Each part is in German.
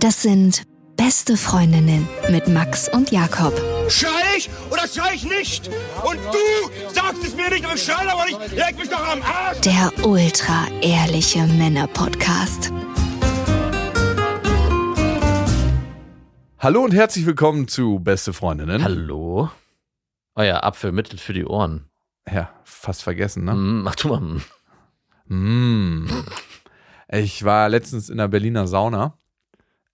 Das sind Beste Freundinnen mit Max und Jakob. Schrei ich oder schrei ich nicht? Und du sagst es mir nicht, aber ich schrei aber nicht. Leg mich doch am Arsch. Der ultra ehrliche Männer Podcast. Hallo und herzlich willkommen zu Beste Freundinnen. Hallo? Oh Euer Apfelmittel für die Ohren. Ja, fast vergessen, ne? Mm, mach du mal. mm. Mm. Ich war letztens in einer Berliner Sauna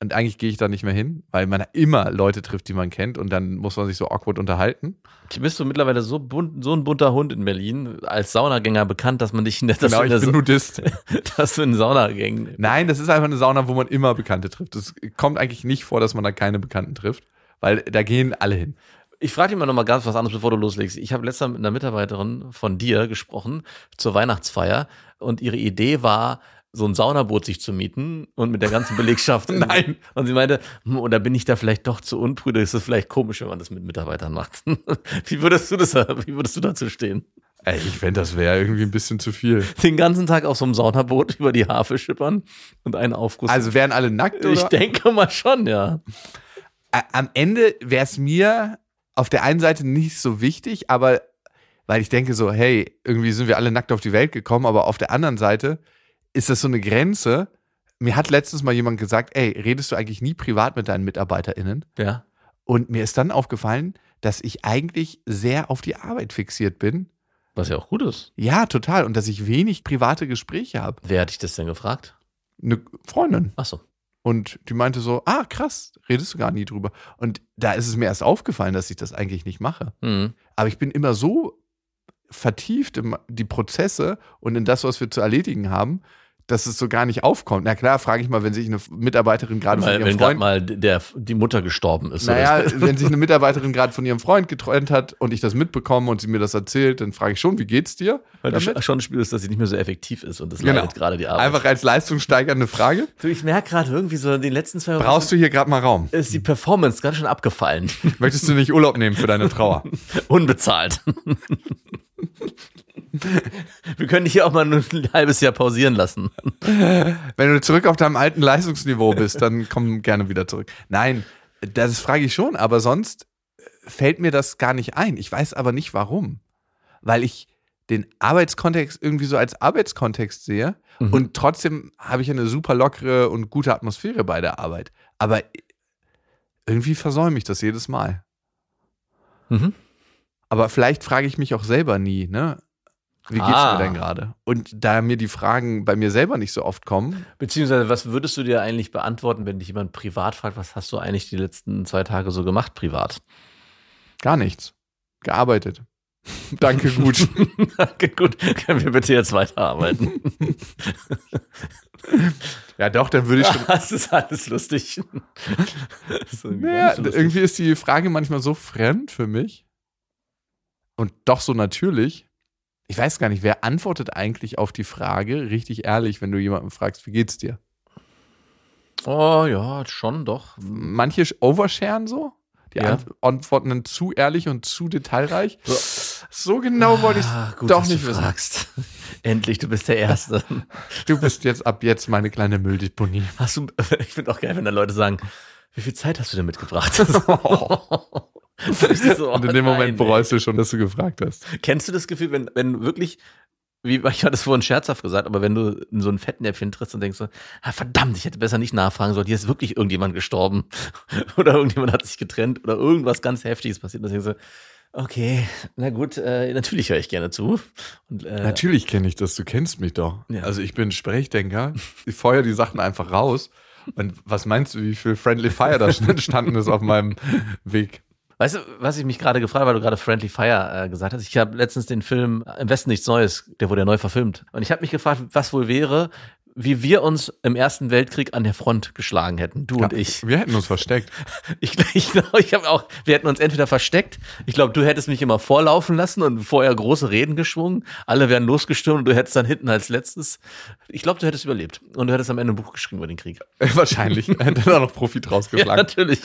und eigentlich gehe ich da nicht mehr hin, weil man immer Leute trifft, die man kennt und dann muss man sich so awkward unterhalten. Bist du mittlerweile so, bunt, so ein bunter Hund in Berlin, als Saunagänger bekannt, dass man dich in der, dass genau, du ich in bin der Nudist. dass du in Saunagängen. Nein, das ist einfach eine Sauna, wo man immer Bekannte trifft. Es kommt eigentlich nicht vor, dass man da keine Bekannten trifft, weil da gehen alle hin. Ich frage dich mal nochmal ganz was anderes, bevor du loslegst. Ich habe letzter mit einer Mitarbeiterin von dir gesprochen zur Weihnachtsfeier und ihre Idee war, so ein Saunaboot sich zu mieten und mit der ganzen Belegschaft. Nein. Und sie meinte, hm, oder bin ich da vielleicht doch zu unprüde? Ist das vielleicht komisch, wenn man das mit Mitarbeitern macht? wie würdest du das, wie würdest du dazu stehen? Ey, ich fände, das wäre irgendwie ein bisschen zu viel. Den ganzen Tag auf so einem Saunaboot über die Havel schippern und einen Aufguss. Also wären alle nackt, oder? ich denke mal schon, ja. A- am Ende wäre es mir auf der einen Seite nicht so wichtig, aber weil ich denke so, hey, irgendwie sind wir alle nackt auf die Welt gekommen, aber auf der anderen Seite ist das so eine Grenze. Mir hat letztens mal jemand gesagt, ey, redest du eigentlich nie privat mit deinen MitarbeiterInnen? Ja. Und mir ist dann aufgefallen, dass ich eigentlich sehr auf die Arbeit fixiert bin. Was ja auch gut ist. Ja, total. Und dass ich wenig private Gespräche habe. Wer hat dich das denn gefragt? Eine Freundin. Ach so. Und die meinte so, ah, krass, redest du gar nie drüber. Und da ist es mir erst aufgefallen, dass ich das eigentlich nicht mache. Mhm. Aber ich bin immer so vertieft in die Prozesse und in das, was wir zu erledigen haben, dass es so gar nicht aufkommt. Na klar, frage ich mal, wenn sich eine Mitarbeiterin gerade von Weil, ihrem wenn gerade Freund. mal der, die Mutter gestorben ist. Naja, oder so. wenn sich eine Mitarbeiterin gerade von ihrem Freund getrennt hat und ich das mitbekomme und sie mir das erzählt, dann frage ich schon, wie geht's dir? Weil du damit? sch- schon spürst, dass sie nicht mehr so effektiv ist und das Genau. leidet gerade die Arbeit. Einfach als leistungssteigernde Frage. du, ich merke gerade irgendwie so in den letzten zwei Brauchst du hier gerade mal Raum? ist die Performance ganz schön abgefallen. Möchtest du nicht Urlaub nehmen für deine Trauer? Unbezahlt. Wir können dich hier auch mal ein halbes Jahr pausieren lassen. Wenn du zurück auf deinem alten Leistungsniveau bist, dann komm gerne wieder zurück. Nein, das frage ich schon, aber sonst äh, fällt mir das gar nicht ein. Ich weiß aber nicht warum. Weil ich den Arbeitskontext irgendwie so als Arbeitskontext sehe Mhm. und trotzdem habe ich eine super lockere und gute Atmosphäre bei der Arbeit. Aber äh, irgendwie versäume ich das jedes Mal. Mhm. Aber vielleicht frage ich mich auch selber nie, ne? Wie geht's Ah. mir denn gerade? Und da mir die Fragen bei mir selber nicht so oft kommen, Beziehungsweise, was würdest du dir eigentlich beantworten, wenn dich jemand privat fragt, was hast du eigentlich die letzten zwei Tage so gemacht privat? Gar nichts. Gearbeitet. Danke, gut. Danke, gut. Können wir bitte jetzt weiterarbeiten? ja, doch, dann würde ich schon. das ist alles lustig. Das ist irgendwie gar Naja, nicht so lustig. irgendwie ist die Frage manchmal so fremd für mich. Und doch so natürlich. Ich weiß gar nicht, wer antwortet eigentlich auf die Frage richtig ehrlich, wenn du jemanden fragst, wie geht's dir? Oh ja, schon doch. Manche sch- oversharen so. Die Ja. ant- antworten dann zu ehrlich und zu detailreich. So. So genau wollte ich Ah, gut, doch dass nicht du wissen. fragst. Endlich, du bist der Erste. Du bist jetzt ab jetzt meine kleine Mülldeponie. Hast du, ich finde auch geil, wenn da Leute sagen, wie viel Zeit hast du denn mitgebracht? Richtig so, Und in oh dem nein, ey. Moment bereust du schon, dass du gefragt hast. Kennst du das Gefühl, wenn, wenn wirklich, wie ich hatte es vorhin scherzhaft gesagt, aber wenn du in so ein Fettnäpfchen trittst und denkst so, ah, verdammt, ich hätte besser nicht nachfragen sollen, hier ist wirklich irgendjemand gestorben oder irgendjemand hat sich getrennt oder irgendwas ganz Heftiges passiert. Und dann denkst du, okay, na gut, äh, natürlich höre ich gerne zu. Und, äh, Natürlich kenne ich das, du kennst mich doch. Ja. Also ich bin Sprechdenker, ich feuer die Sachen einfach raus. Und was meinst du, wie viel Friendly Fire da schon entstanden ist auf meinem Weg? Weißt du, was ich mich gerade gefragt habe, weil du gerade Friendly Fire äh, gesagt hast? Ich habe letztens den Film Im Westen nichts Neues, der wurde ja neu verfilmt. Und ich habe mich gefragt, was wohl wäre, wie wir uns im Ersten Weltkrieg an der Front geschlagen hätten, du und ich. Wir hätten uns versteckt. Ich glaube, ich, glaub, ich habe auch, wir hätten uns entweder versteckt. Ich glaube, du hättest mich immer vorlaufen lassen und vorher große Reden geschwungen. Alle wären losgestürmt und du hättest dann hinten als letztes. Ich glaube, du hättest überlebt. Und du hättest am Ende ein Buch geschrieben über den Krieg. Äh, Wahrscheinlich. Hätte da noch Profit Ja, rausgeschlagen. natürlich.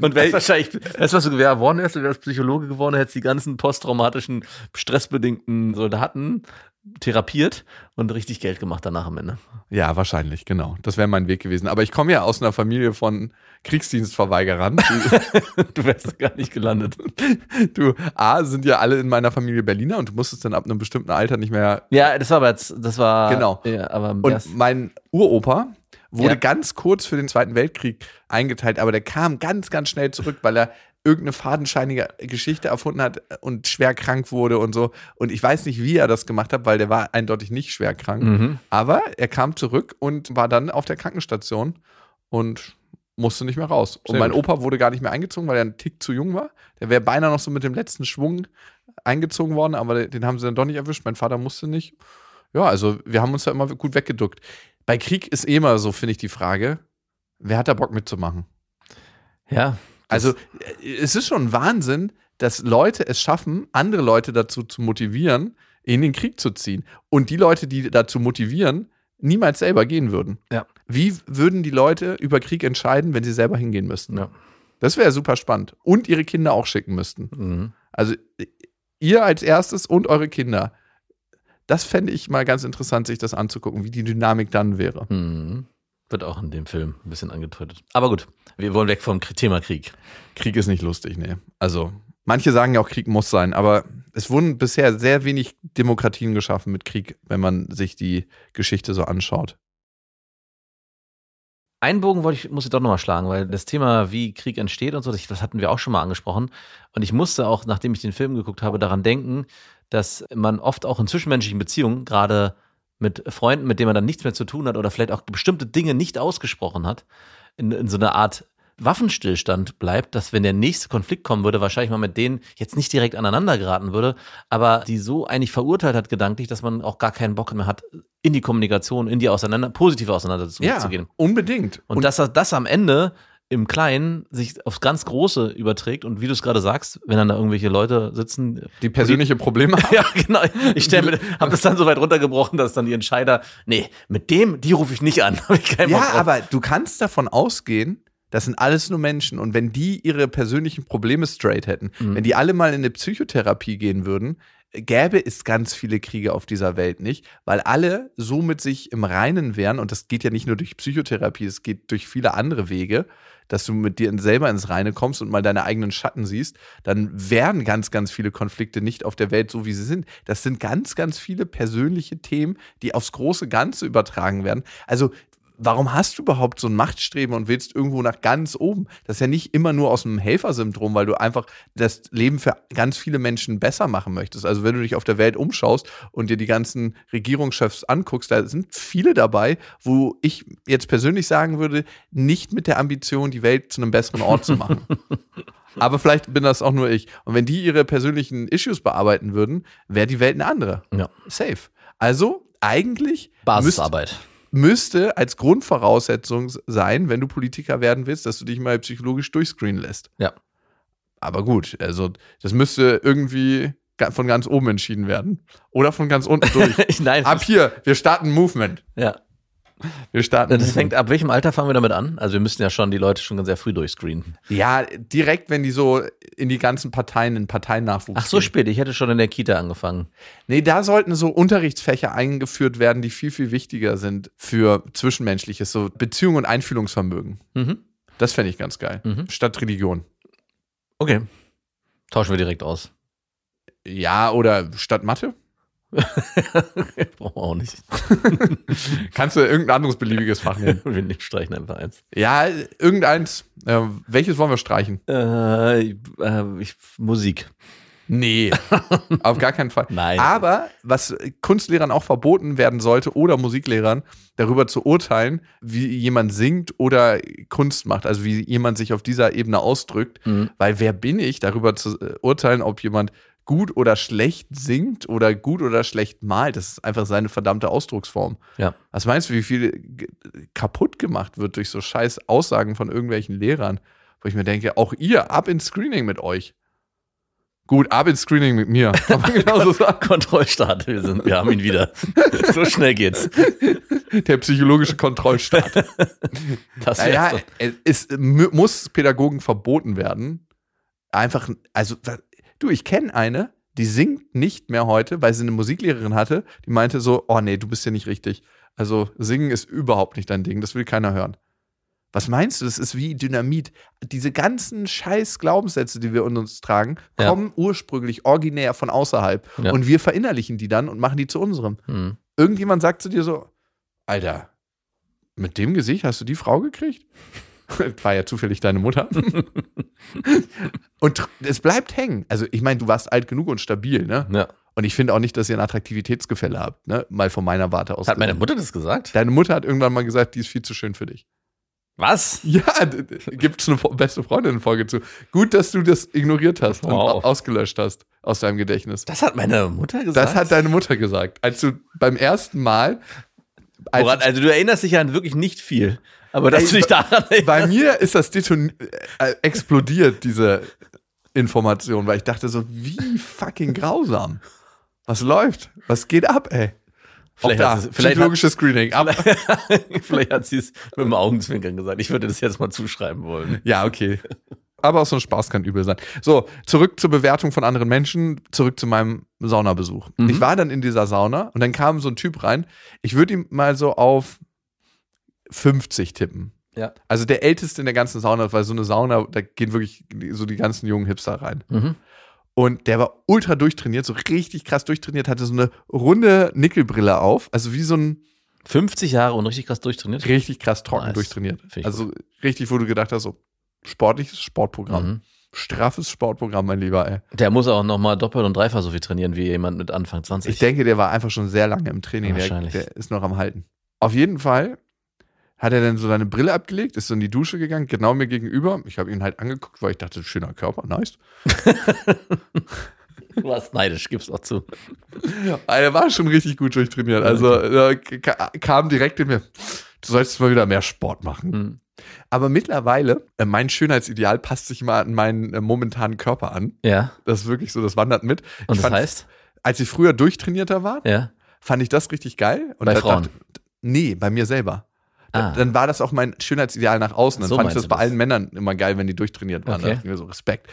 Und Weil- wärst wahrscheinlich, weißt du, was du geworden wärst, du wärst Psychologe geworden, hättest die ganzen posttraumatischen, stressbedingten Soldaten therapiert und richtig Geld gemacht danach am Ende. Ja, wahrscheinlich, genau. Das wäre mein Weg gewesen. Aber ich komme ja aus einer Familie von Kriegsdienstverweigerern. Du wärst gar nicht gelandet. Du, A, sind ja alle in meiner Familie Berliner und du musstest dann ab einem bestimmten Alter nicht mehr Ja, das war aber jetzt, das war. Genau. Ja, aber Und das, mein Uropa wurde Ja. ganz kurz für den Zweiten Weltkrieg eingeteilt, aber der kam ganz, ganz schnell zurück, weil er irgendeine fadenscheinige Geschichte erfunden hat und schwer krank wurde und so. Und ich weiß nicht, wie er das gemacht hat, weil der war eindeutig nicht schwer krank. mhm. Aber er kam zurück und war dann auf der Krankenstation und musste nicht mehr raus. Sehr und mein gut. Opa wurde gar nicht mehr eingezogen, weil er einen Tick zu jung war. Der wäre beinahe noch so mit dem letzten Schwung eingezogen worden, aber den haben sie dann doch nicht erwischt. Mein Vater musste nicht. Ja, also wir haben uns da immer gut weggeduckt. Bei Krieg ist eh immer so, finde ich, die Frage, wer hat da Bock mitzumachen? ja. Also äh, es ist schon Wahnsinn, dass Leute es schaffen, andere Leute dazu zu motivieren, in den Krieg zu ziehen. Und die Leute, die dazu motivieren, niemals selber gehen würden. Ja. Wie würden die Leute über Krieg entscheiden, wenn sie selber hingehen müssten? ja. Das wäre super spannend. Und ihre Kinder auch schicken müssten. Mhm. Also äh, ihr als erstes und eure Kinder. Das fände ich mal ganz interessant, sich das anzugucken, wie die Dynamik dann wäre. Mhm. Wird auch in dem Film ein bisschen angedeutet. Aber gut, wir wollen weg vom Kri- Thema Krieg. Krieg ist nicht lustig, nee. Also, manche sagen ja auch, Krieg muss sein, aber es wurden bisher sehr wenig Demokratien geschaffen mit Krieg, wenn man sich die Geschichte so anschaut. Einen Bogen wollte ich, muss ich doch nochmal schlagen, weil das Thema, wie Krieg entsteht und so, das, das hatten wir auch schon mal angesprochen. Und ich musste auch, nachdem ich den Film geguckt habe, daran denken, dass man oft auch in zwischenmenschlichen Beziehungen, gerade mit Freunden, mit denen man dann nichts mehr zu tun hat oder vielleicht auch bestimmte Dinge nicht ausgesprochen hat, in, in so einer Art Waffenstillstand bleibt, dass wenn der nächste Konflikt kommen würde, wahrscheinlich man mit denen jetzt nicht direkt aneinander geraten würde, aber die so eigentlich verurteilt hat gedanklich, dass man auch gar keinen Bock mehr hat, in die Kommunikation, in die Auseinander, positive Um Auseinandersetzung zu gehen. unbedingt. Und, dass er das am Ende im Kleinen sich aufs ganz Große überträgt und wie du es gerade sagst, wenn dann da irgendwelche Leute sitzen. die persönliche Probleme. Ja, genau. Ich stelle mir, habe das dann so weit runtergebrochen, dass dann die Entscheider, nee, mit dem, die rufe ich nicht an. Hab ich keinen Bock ja, drauf. aber du kannst davon ausgehen, das sind alles nur Menschen. Und wenn die ihre persönlichen Probleme straight hätten, Mhm. wenn die alle mal in eine Psychotherapie gehen würden, gäbe es ganz viele Kriege auf dieser Welt nicht, weil alle so mit sich im Reinen wären. Und das geht ja nicht nur durch Psychotherapie, es geht durch viele andere Wege, dass du mit dir selber ins Reine kommst und mal deine eigenen Schatten siehst. Dann wären ganz, ganz viele Konflikte nicht auf der Welt so, wie sie sind. Das sind ganz, ganz viele persönliche Themen, die aufs große Ganze übertragen werden. Also warum hast du überhaupt so ein Machtstreben und willst irgendwo nach ganz oben? Das ist ja nicht immer nur aus dem Helfersyndrom, weil du einfach das Leben für ganz viele Menschen besser machen möchtest. Also wenn du dich auf der Welt umschaust und dir die ganzen Regierungschefs anguckst, da sind viele dabei, wo ich jetzt persönlich sagen würde, nicht mit der Ambition, die Welt zu einem besseren Ort zu machen. Aber vielleicht bin das auch nur ich. Und wenn die ihre persönlichen Issues bearbeiten würden, wäre die Welt eine andere. Ja. Safe. Also eigentlich müsste- Basisarbeit. müsste als Grundvoraussetzung sein, wenn du Politiker werden willst, dass du dich mal psychologisch durchscreenen lässt. Ja. Aber gut, also das müsste irgendwie ga- von ganz oben entschieden werden. Oder von ganz unten durch. Ich, nein, Ab hier, wir starten ein Movement. ja. Wir starten. ein Das fängt Movement. ab welchem Alter fangen wir damit an? Also wir müssen ja schon die Leute schon sehr früh durchscreenen. Ja, direkt, wenn die so in die ganzen Parteien, in Parteinachwuchs. Ach so gehen. spät, ich hätte schon in der Kita angefangen. Nee, da sollten so Unterrichtsfächer eingeführt werden, die viel, viel wichtiger sind für Zwischenmenschliches, so Beziehung und Einfühlungsvermögen. Mhm. Das fände ich ganz geil. Mhm. Statt Religion. Okay. Tauschen wir direkt aus. Ja, oder statt Mathe? Brauchen wir auch nicht. Kannst du irgendein anderes beliebiges Fach nehmen? Wir nicht streichen einfach eins. ja, irgendeins. Äh, welches wollen wir streichen? Äh, ich- äh, ich, Musik. Nee, auf gar keinen Fall. Nein. Aber was Kunstlehrern auch verboten werden sollte oder Musiklehrern, darüber zu urteilen, wie jemand singt oder Kunst macht, also wie jemand sich auf dieser Ebene ausdrückt, Mhm. weil wer bin ich, darüber zu äh, urteilen, ob jemand gut oder schlecht singt oder gut oder schlecht malt. Das ist einfach seine verdammte Ausdrucksform. Ja. Was meinst du, wie viel ge- kaputt gemacht wird durch so scheiß Aussagen von irgendwelchen Lehrern, wo ich mir denke, auch ihr, ab ins Screening mit euch. Gut, ab ins Screening mit mir. Kann man genauso Genau sagen. Kontrollstart, wir, sind, wir haben ihn wieder. so schnell geht's. Der psychologische Also. Kontrollstaat. Das wär's Naja, doch. es, es mu- muss Pädagogen verboten werden. Einfach, also, da- du, ich kenne eine, die singt nicht mehr heute, weil sie eine Musiklehrerin hatte, die meinte so, oh nee, du bist ja nicht richtig. Also singen ist überhaupt nicht dein Ding, das will keiner hören. Was meinst du? Das ist wie Dynamit. Diese ganzen scheiß Glaubenssätze, die wir in uns tragen, Ja. kommen ursprünglich originär von außerhalb. Ja. Und wir verinnerlichen die dann und machen die zu unserem Hm. irgendjemand sagt zu dir so, Alter, mit dem Gesicht hast du die Frau gekriegt? War ja zufällig deine Mutter. und tr- es bleibt hängen. Also ich meine, du warst alt genug und stabil, ne? Ja. Und ich finde auch nicht, dass ihr ein Attraktivitätsgefälle habt, ne? Mal von meiner Warte aus. Hat meine gesehen. Mutter das gesagt? Deine Mutter hat irgendwann mal gesagt, die ist viel zu schön für dich. Was? Ja, d- d- gibt's eine Fo- beste Freundin-Folge zu. Gut, dass du das ignoriert hast und Wow. au- ausgelöscht hast aus deinem Gedächtnis. Das hat meine Mutter gesagt? Das hat deine Mutter gesagt. Als du beim ersten Mal. als- Woran, also du erinnerst dich ja an wirklich nicht viel. Aber dass Ey, du dich daran bei mir ist das deton äh, explodiert, diese Information, weil ich dachte so, wie fucking grausam. Was läuft? Was geht ab, ey? Auch Vielleicht da, hat es- vielleicht psychologisches Screening. Ab. Vielleicht hat sie es mit dem Augenzwinkern gesagt. Ich würde das jetzt mal zuschreiben wollen. Ja, okay. Aber auch so ein Spaß kann übel sein. So, zurück zur Bewertung von anderen Menschen, zurück zu meinem Saunabesuch. Mhm. Ich war dann in dieser Sauna und dann kam so ein Typ rein. Ich würde ihm mal so auf 50 tippen. Ja. Also der älteste in der ganzen Sauna, weil so eine Sauna, da gehen wirklich so die ganzen jungen Hipster rein. Mhm. Und der war ultra durchtrainiert, so richtig krass durchtrainiert, hatte so eine runde Nickelbrille auf, also wie so ein 50 Jahre und richtig krass durchtrainiert. richtig krass trocken Nice. durchtrainiert. Finde ich Also richtig, wo du gedacht hast, so sportliches Sportprogramm. Mhm. Straffes Sportprogramm, mein Lieber, ey. Der muss auch nochmal doppelt und dreifach so viel trainieren wie jemand mit Anfang 20. Ich denke, der war einfach schon sehr lange im Training. Der, Wahrscheinlich. der ist noch am Halten. Auf jeden Fall hat er dann so seine Brille abgelegt, ist so in die Dusche gegangen, genau mir gegenüber. Ich habe ihn halt angeguckt, weil ich dachte, schöner Körper, nice. du warst neidisch, gib's auch zu. Aber er war schon richtig gut durchtrainiert. Also äh, ka- kam direkt in mir, du solltest mal wieder mehr Sport machen. Mhm. Aber mittlerweile, äh, mein Schönheitsideal passt sich mal an meinen äh, momentanen Körper an. Ja. Das ist wirklich so, das wandert mit. Ich Und das fand- heißt? Als ich früher durchtrainierter war, Ja. fand ich das richtig geil. Und Bei da Frauen? dachte- nee, bei mir selber. Da- Ah. Dann war das auch mein Schönheitsideal nach außen. Dann So fand ich meinst das du bei das? allen Männern immer geil, wenn die durchtrainiert waren. Da Okay. dachte ich mir so Respekt.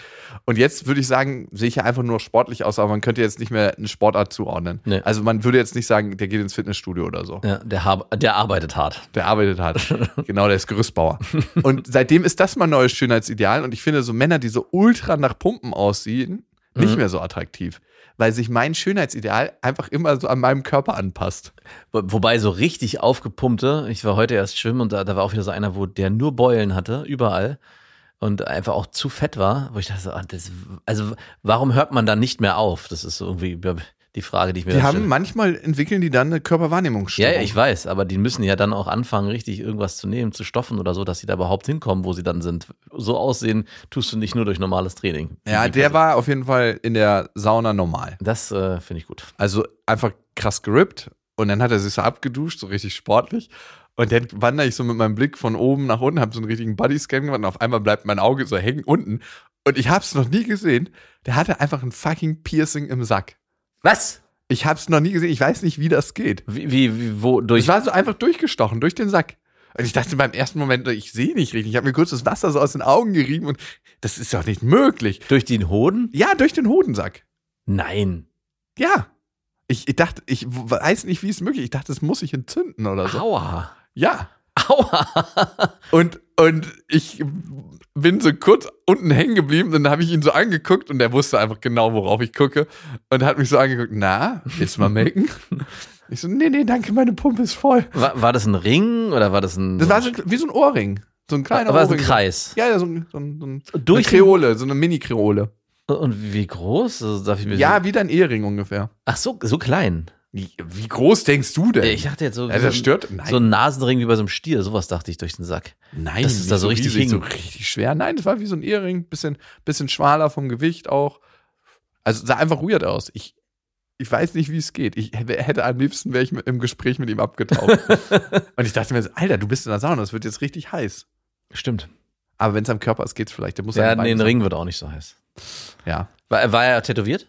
Und jetzt würde ich sagen, sehe ich ja einfach nur sportlich aus, aber man könnte jetzt nicht mehr eine Sportart zuordnen. Nee. Also man würde jetzt nicht sagen, der geht ins Fitnessstudio oder so. Ja, der, hab- der arbeitet hart. Der arbeitet hart. genau, der ist Gerüstbauer. Und seitdem ist das mein neues Schönheitsideal. Und ich finde so Männer, die so ultra nach Pumpen aussehen, nicht Mhm. mehr so attraktiv. Weil sich mein Schönheitsideal einfach immer so an meinem Körper anpasst. Wo- Wobei so richtig aufgepumpte, ich war heute erst schwimmen und da, da war auch wieder so einer, wo der nur Beulen hatte, überall. Und einfach auch zu fett war, wo ich dachte, so, ah, das, also warum hört man dann nicht mehr auf? Das ist so irgendwie die Frage, die ich mir Die dann haben stelle. manchmal entwickeln die dann eine Ja, Körperwahrnehmungsstörung. ja, ich weiß, aber die müssen ja dann auch anfangen, richtig irgendwas zu nehmen, zu stoffen oder so, dass sie da überhaupt hinkommen, wo sie dann sind. So aussehen tust du nicht nur durch normales Training. Ja, der war auf jeden Fall in der Sauna normal. Das äh, finde ich gut. Also einfach krass gerippt und dann hat er sich so abgeduscht, so richtig sportlich. Und dann wandere ich so mit meinem Blick von oben nach unten, habe so einen richtigen Bodyscan gemacht und auf einmal bleibt mein Auge so hängen unten. Und ich habe es noch nie gesehen. Der hatte einfach ein fucking Piercing im Sack. Was? Ich habe es noch nie gesehen. Ich weiß nicht, wie das geht. Wie, wie, wie wo, Ich durch. war so einfach durchgestochen durch den Sack. Und ich dachte beim ersten Moment, ich sehe nicht richtig. Ich habe mir kurz das Wasser so aus den Augen gerieben und das ist doch nicht möglich. Durch den Hoden? Ja, durch den Hodensack. Nein. Ja. Ich, ich dachte, ich w- weiß nicht, wie es möglich ist. Ich dachte, das muss ich entzünden oder Also so. Aua. Ja. Aua. Und, und ich bin so kurz unten hängen geblieben, dann habe ich ihn so angeguckt und er wusste einfach genau, worauf ich gucke und hat mich so angeguckt, na, willst du mal melken? Ich so, nee, nee, danke, meine Pumpe ist voll. War, war das ein Ring oder war das ein. Das war so, wie so ein Ohrring. So ein kleiner war das ein Ohrring. Kreis. Ja, ja, so ein, so ein, so ein eine Durch den, Kreole, so eine Mini-Kreole. und wie groß? Also darf ich mir Ja, so, wie dein Ehering ungefähr. ach so, so klein. Wie, wie groß denkst du denn? Ich dachte jetzt so, ja, so, das ein- stört? Nein. so ein Nasenring wie bei so einem Stier, sowas dachte ich durch den Sack. Nein, Dass es nicht da so richtig riesig, so hing. richtig schwer. Nein, es war wie so ein Ehering, bisschen, bisschen schmaler vom Gewicht auch. Also sah einfach weird aus. Ich, ich weiß nicht, wie es geht. Ich hätte, hätte am liebsten, wäre ich mit, im Gespräch mit ihm abgetaucht. und ich dachte mir so, Alter, du bist in der Sauna, es wird jetzt richtig heiß. Stimmt. Aber wenn es am Körper ist, geht's vielleicht. Der muss Ja, an den nee, ein Beinen Ring wird auch nicht so heiß. sein. Ja. War, war er tätowiert?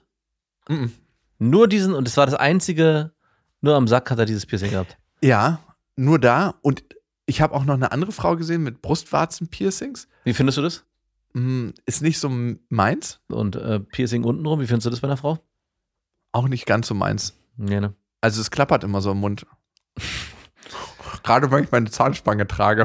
Mhm. Nur diesen, und es war das einzige, nur am Sack hat er dieses Piercing gehabt. Ja, nur da. Und ich habe auch noch eine andere Frau gesehen mit Brustwarzen-Piercings. Wie findest du das? Hm, Ist nicht so meins. Und äh, Piercing untenrum, wie findest du das bei einer Frau? Auch nicht ganz so meins. Nee, ne? Also es klappert immer so im Mund. Gerade wenn ich meine Zahnspange trage.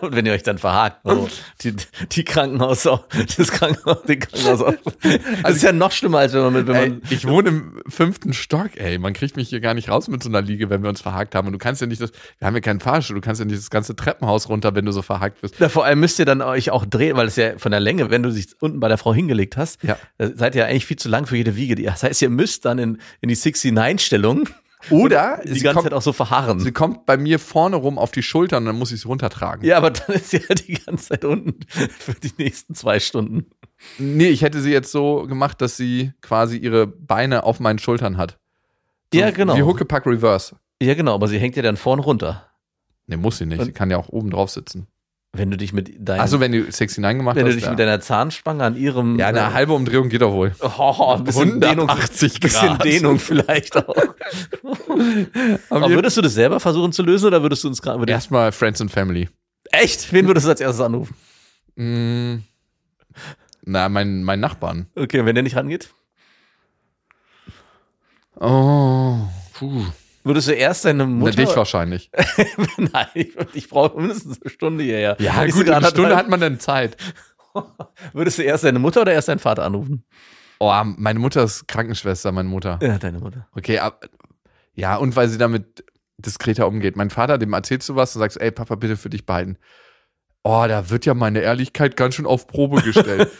Und wenn ihr euch dann verhakt, oh, die, die Krankenhaus, das Krankenhaus, den Krankenhaus. Das ist ja noch schlimmer, als wenn man mit, wenn Ey, man, ich wohne im fünften Stock, ey. Man kriegt mich hier gar nicht raus mit so einer Liege, wenn wir uns verhakt haben. Und du kannst ja nicht das, wir haben ja keinen Fahrstuhl, du kannst ja nicht das ganze Treppenhaus runter, wenn du so verhakt bist. Na, vor allem müsst ihr dann euch auch drehen, weil es ja von der Länge, wenn du dich unten bei der Frau hingelegt hast, Ja. da seid ihr ja eigentlich viel zu lang für jede Wiege. Das heißt, ihr müsst dann in, in die 69-Stellung Oder die sie ganze kommt, Zeit auch so verharren. sie kommt bei mir vorne rum auf die Schultern und dann muss ich sie runtertragen. ja, aber dann ist sie ja die ganze Zeit unten für die nächsten zwei Stunden. Nee, ich hätte sie jetzt so gemacht, dass sie quasi ihre Beine auf meinen Schultern hat. So Ja, genau. Wie Huckepack Reverse. Ja, genau, aber sie hängt ja dann vorn runter. Nee, muss sie nicht. Und- sie kann ja auch oben drauf sitzen. Wenn du dich mit deinem, Achso, wenn du 69 gemacht wenn du hast. dich ja. mit deiner Zahnspange an ihrem äh, ja, eine halbe Umdrehung geht doch wohl. oh, ein bisschen Dehnung, 180 bisschen Grad. Dehnung vielleicht auch. aber jeden- würdest du das selber versuchen zu lösen oder würdest du uns gerade Erstmal Friends and Family. Echt? Wen würdest du als erstes anrufen? Mm. Na, mein, mein Nachbarn. Okay, wenn der nicht rangeht? Oh. Puh. Würdest du erst deine Na, Mutter... dich wahrscheinlich. Nein, ich, ich brauche mindestens eine Stunde hierher. Ja, Ich gut, sogar eine Stunde hat anderthalb- man dann Zeit. Würdest du erst deine Mutter oder erst deinen Vater anrufen? Oh, meine Mutter ist Krankenschwester, meine Mutter. Ja, deine Mutter. Okay, ab, ja, und weil sie damit diskreter umgeht. Mein Vater, dem erzählst du was und sagst, ey, Papa, bitte für dich beiden. Oh, da wird ja meine Ehrlichkeit ganz schön auf Probe gestellt.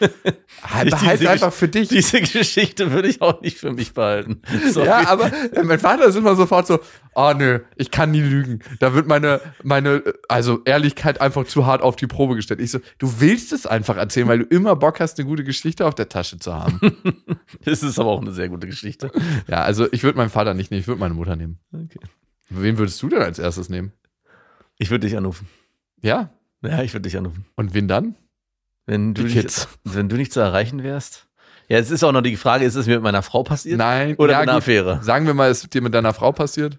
halt Ich- behalt's diese- einfach für dich. Diese Geschichte würde ich auch nicht für mich behalten. Sorry. Ja, aber äh, mein Vater ist immer sofort so, oh nö, ich kann nie lügen. Da wird meine, meine, äh, also Ehrlichkeit einfach zu hart auf die Probe gestellt. Ich so, du willst es einfach erzählen, weil du immer Bock hast, eine gute Geschichte auf der Tasche zu haben. Das ist aber auch eine sehr gute Geschichte. ja, also ich würde meinen Vater nicht nehmen, ich würde meine Mutter nehmen. Okay. Wen würdest du denn als erstes nehmen? Ich würde dich anrufen. Ja? Ja, ich würde dich anrufen. Und wen dann? Wenn du, Die nicht, Kids. wenn du nicht zu erreichen wärst. Ja, es ist auch noch die Frage, ist es mir mit meiner Frau passiert? Nein, Oder ja, mit einer gut. Affäre? Sagen wir mal, es ist dir mit deiner Frau passiert,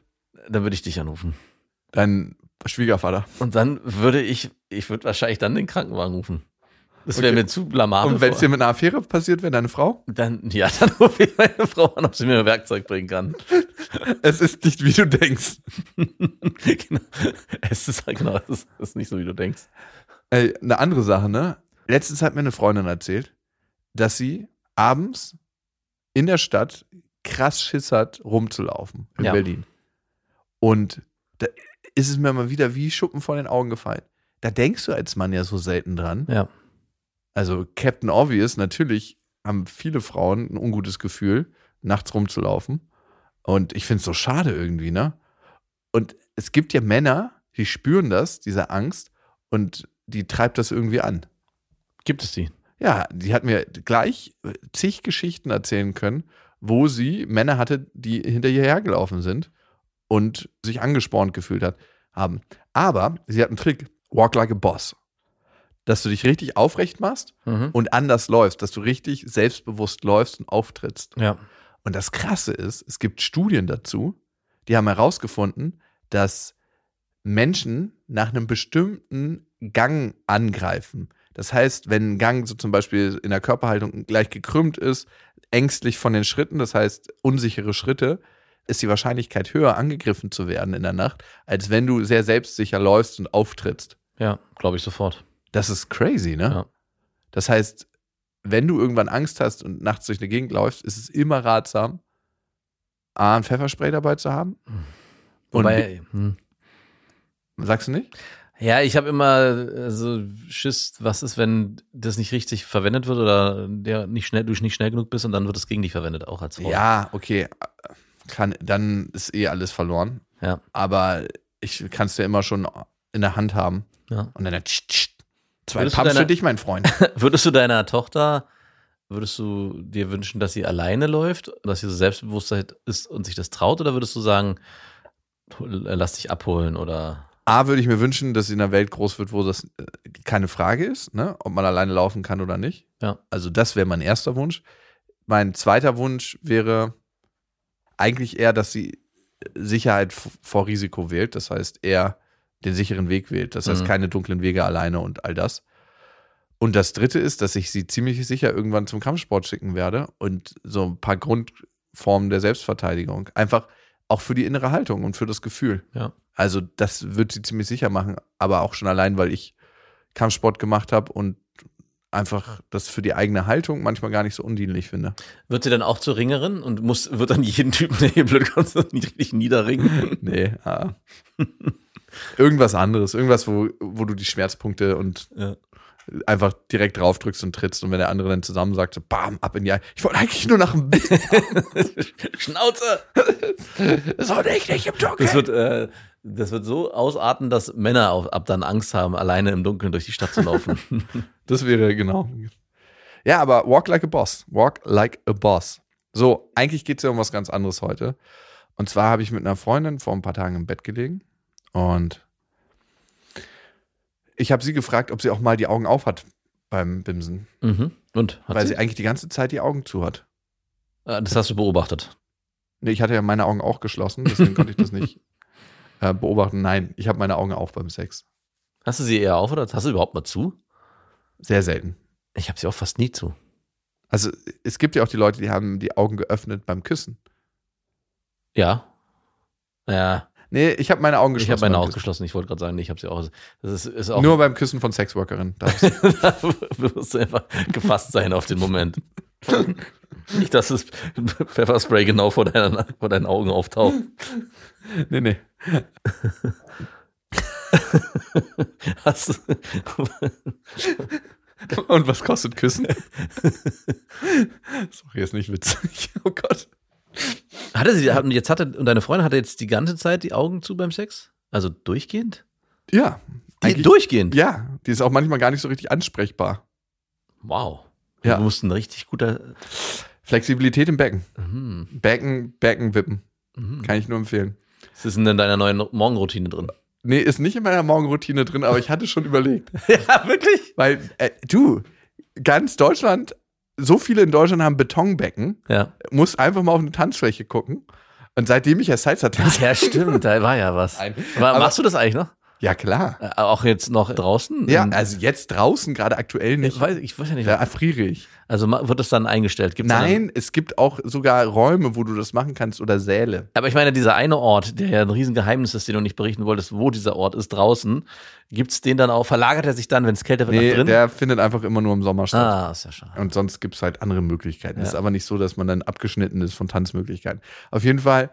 Dann würde ich dich anrufen. dein Schwiegervater. Und dann würde ich, ich würde wahrscheinlich dann den Krankenwagen rufen. Das wäre Okay. mir zu blamabel. Und wenn es vor- dir mit einer Affäre passiert wäre, deine Frau, dann, ja, dann rufe ich meine Frau an, ob sie mir ein Werkzeug bringen kann. es ist nicht, wie du denkst. genau. Es ist halt genau, es ist, es ist nicht so, wie du denkst. Ey, Äh, eine andere Sache, ne? Letztens hat mir eine Freundin erzählt, dass sie abends in der Stadt krass Schiss hat, rumzulaufen in Ja. Berlin. Und da ist es mir mal wieder wie Schuppen von den Augen gefallen. Da denkst du als Mann ja so selten dran. Ja. Also Captain Obvious, natürlich haben viele Frauen ein ungutes Gefühl, nachts rumzulaufen. Und ich finde es so schade irgendwie, ne? Und es gibt ja Männer, die spüren das, diese Angst, und die treibt das irgendwie an. Gibt es die? Ja, die hat mir gleich äh, zig Geschichten erzählen können, wo sie Männer hatte, die hinter ihr hergelaufen sind und sich angespornt gefühlt hat, haben. Aber sie hat einen Trick, walk like a boss. Dass du dich richtig aufrecht machst und anders läufst, dass du richtig selbstbewusst läufst und auftrittst. Ja. Und das Krasse ist, es gibt Studien dazu, die haben herausgefunden, dass Menschen nach einem bestimmten Gang angreifen. Das heißt, wenn ein Gang so zum Beispiel in der Körperhaltung gleich gekrümmt ist, ängstlich von den Schritten, das heißt unsichere Schritte, ist die Wahrscheinlichkeit höher, angegriffen zu werden in der Nacht, als wenn du sehr selbstsicher läufst und auftrittst. Ja, glaube ich sofort. Das ist crazy, ne? Ja. Das heißt, wenn du irgendwann Angst hast und nachts durch eine Gegend läufst, ist es immer ratsam, A, ein Pfefferspray dabei zu haben. Und Hm. Wobei, hm. sagst du nicht? ja, ich habe immer äh, so Schiss, was ist, wenn das nicht richtig verwendet wird oder der nicht schnell, du nicht schnell genug bist und dann wird es gegen dich verwendet, auch als Frau. Ja, okay. Kann, dann ist eh alles verloren. Ja. Aber ich kannst du ja immer schon in der Hand haben. Ja. Und dann tsch, tsch, zwei Würdest du Pumps deiner- für dich, mein Freund. Würdest du deiner Tochter Würdest du dir wünschen, dass sie alleine läuft, dass sie so Selbstbewusstheit ist und sich das traut? Oder würdest du sagen, lass dich abholen oder A, würde ich mir wünschen, dass sie in einer Welt groß wird, wo das äh, keine Frage ist, ne? ob man alleine laufen kann oder nicht. Ja. Also das wäre mein erster Wunsch. Mein zweiter Wunsch wäre eigentlich eher, dass sie Sicherheit v- vor Risiko wählt. Das heißt, eher den sicheren Weg wählt. Das heißt, Mhm. keine dunklen Wege alleine und all das. Und das dritte ist, dass ich sie ziemlich sicher irgendwann zum Kampfsport schicken werde und so ein paar Grundformen der Selbstverteidigung. Einfach auch für die innere Haltung und für das Gefühl. Ja. Also, das wird sie ziemlich sicher machen, aber auch schon allein, weil ich Kampfsport gemacht habe und einfach das für die eigene Haltung manchmal gar nicht so undienlich finde. wird sie dann auch zur Ringerin und muss, wird dann jeden Typen, der hier blöd kommt, nicht richtig niederringen? Nee, ah. irgendwas anderes, irgendwas, wo, wo du die Schmerzpunkte und Ja. einfach direkt draufdrückst und trittst und wenn der andere dann zusammensagt, so bam, ab in die Ei. Ich wollte eigentlich nur nach dem Bild. Schnauze! So nicht, nicht im Dunkeln. Das wird, äh, das wird so ausarten, dass Männer auf, ab dann Angst haben, alleine im Dunkeln durch die Stadt zu laufen. Das wäre genau. Ja, aber walk like a boss. Walk like a boss. So, eigentlich geht es ja um was ganz anderes heute. Und zwar habe ich mit einer Freundin vor ein paar Tagen im Bett gelegen und ich habe sie gefragt, ob sie auch mal die Augen auf hat beim Bimsen, mhm. Und? Hat weil sie? eigentlich die ganze Zeit die Augen zu hat. Ah, das hast du beobachtet. Nee, ich hatte ja meine Augen auch geschlossen, deswegen konnte ich das nicht äh, beobachten. Nein, ich habe meine Augen auf beim Sex. Hast du sie eher auf oder hast du überhaupt mal zu? Sehr selten. Ich habe sie auch fast nie zu. Also es gibt ja auch die Leute, die haben die Augen geöffnet beim Küssen. Ja. Ja, Nee, ich habe meine Augen ich geschlossen. habe meine beim auch Küssen. geschlossen. Ich wollte gerade sagen, nee, ich habe sie auch. Das ist, ist auch Nur beim Küssen von Sexworkerinnen. darfst du. da musst du einfach gefasst sein auf den Moment. Nicht, dass das Pfefferspray genau vor, deiner, vor deinen Augen auftaucht. nee, nee. Hast du, Und was kostet Küssen? Sorry, ist nicht witzig. Oh Gott. hatte sie, hat- jetzt hatte, und deine Freundin hatte jetzt die ganze Zeit die Augen zu beim Sex? Also durchgehend? Ja. Die, eigentlich- durchgehend? Ja, die ist auch manchmal gar nicht so richtig ansprechbar. Wow. Ja. Du musst ein richtig guter. Flexibilität im Becken. Hm, Becken, Becken wippen. hm. Kann ich nur empfehlen. Was ist denn in deiner neuen Morgenroutine drin? Nee, ist nicht in meiner Morgenroutine drin, aber ich hatte schon überlegt. ja, wirklich? Weil, äh, du, ganz Deutschland, so viele in Deutschland haben Betonbecken. Ja. Muss einfach mal auf eine Tanzfläche gucken. Und seitdem ich ja Salsa-Tanz Ja, stimmt, da war ja was. Nein. War, Aber- machst du das eigentlich noch? Ja, klar. Äh, Auch jetzt noch draußen? Ja, In- also jetzt draußen gerade aktuell Mhm. ich nicht. weiß, ich weiß ja nicht. Da erfriere ich. Also ma- wird das dann eingestellt? Gibt's Dann, Nein, es gibt auch sogar Räume, wo du das machen kannst oder Säle. aber ich meine, dieser eine Ort, der ja ein Riesengeheimnis ist, den du nicht berichten wolltest, wo dieser Ort ist, draußen, gibt's den dann auch, verlagert er sich dann, wenn es kälter wird, Nee, nach drin? der findet einfach immer nur im Sommer statt. ah, ist ja schade. Und sonst gibt es halt andere Möglichkeiten. Es Ja. ist aber nicht so, dass man dann abgeschnitten ist von Tanzmöglichkeiten. Auf jeden Fall,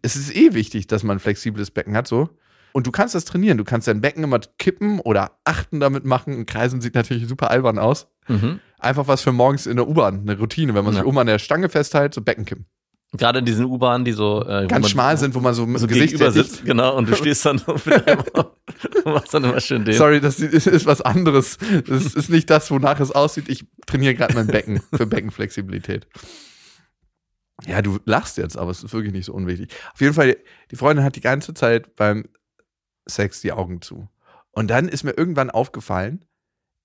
es ist eh wichtig, dass man ein flexibles Becken hat, so. Und du kannst das trainieren. Du kannst dein Becken immer kippen oder achten damit machen. Und Kreisen sieht natürlich super albern aus. Mhm. Einfach was für morgens in der U-Bahn, eine Routine, wenn man sich Ja. oben an der Stange festhält, so Becken kippen. Gerade in diesen U-Bahnen, die so äh, wo Ganz man- schmal sind, wo man so mit so dem Gesicht gegenüber sehr dicht- sitzt, genau, und du stehst dann und machst dann immer schön den. Sorry, das ist, ist was anderes. Das ist nicht das, wonach es aussieht. Ich trainiere gerade mein Becken für Beckenflexibilität. Ja, du lachst jetzt, aber es ist wirklich nicht so unwichtig. Auf jeden Fall, die Freundin hat die ganze Zeit beim Sex die Augen zu. Und dann ist mir irgendwann aufgefallen,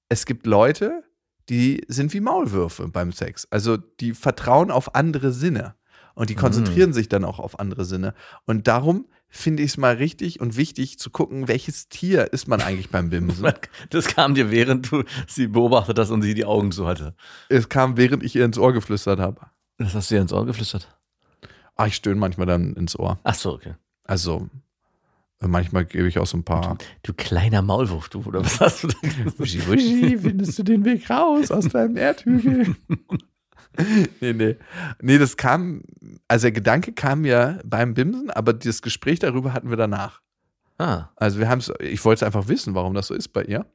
es gibt Leute, die sind wie Maulwürfe beim Sex. Also die vertrauen auf andere Sinne und die konzentrieren sich dann auch auf andere Sinne. Und darum finde ich es mal richtig und wichtig zu gucken, welches Tier ist man eigentlich beim Bimsen. Das kam dir, während du sie beobachtet hast und sie die Augen so hatte. es kam, während ich ihr ins Ohr geflüstert habe. Das hast du ihr ins Ohr geflüstert. Ah, ich stöhne manchmal dann ins Ohr. Ach so, okay. Also manchmal gebe ich auch so ein paar. Du kleiner Maulwurf, du, oder was hast du da gesagt? findest du den Weg raus aus deinem Erdhügel? nee, nee. Nee, das kam, also der Gedanke kam ja beim Bimsen, aber das Gespräch darüber hatten wir danach. Ah, Also wir haben es, ich wollte es einfach wissen, warum das so ist bei ihr.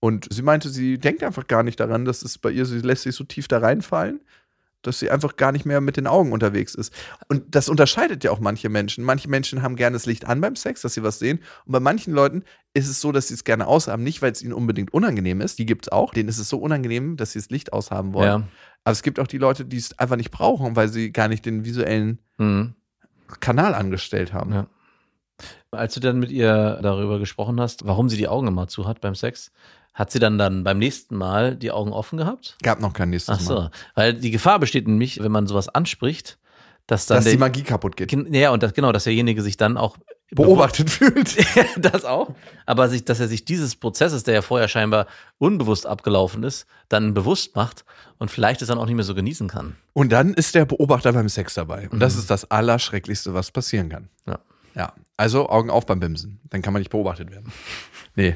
Und sie meinte, sie denkt einfach gar nicht daran, dass es bei ihr, sie lässt sich so tief da reinfallen. dass sie einfach gar nicht mehr mit den Augen unterwegs ist. Und das unterscheidet ja auch manche Menschen. Manche Menschen haben gerne das Licht an beim Sex, dass sie was sehen. Und bei manchen Leuten ist es so, dass sie es gerne aushaben. Nicht, weil es ihnen unbedingt unangenehm ist. Die gibt es auch. Denen ist es so unangenehm, dass sie das Licht aushaben wollen. Ja. Aber es gibt auch die Leute, die es einfach nicht brauchen, weil sie gar nicht den visuellen Mhm. Kanal angestellt haben. Ja. Als du dann mit ihr darüber gesprochen hast, warum sie die Augen immer zu hat beim Sex, hat sie dann dann beim nächsten Mal die Augen offen gehabt? Gab noch kein nächstes Ach Mal. so, weil die Gefahr besteht nämlich, wenn man sowas anspricht, dass dann Dass die der, Magie kaputt geht. Kin- ja und das, genau, dass derjenige sich dann auch Beobachtet fühlt. das auch, aber sich, dass er sich dieses Prozesses, der ja vorher scheinbar unbewusst abgelaufen ist, dann bewusst macht und vielleicht es dann auch nicht mehr so genießen kann. Und dann ist der Beobachter beim Sex dabei. Und das Mhm. ist das Allerschrecklichste, was passieren kann. Ja. Ja. Also Augen auf beim Bimsen. Dann kann man nicht beobachtet werden. Nee.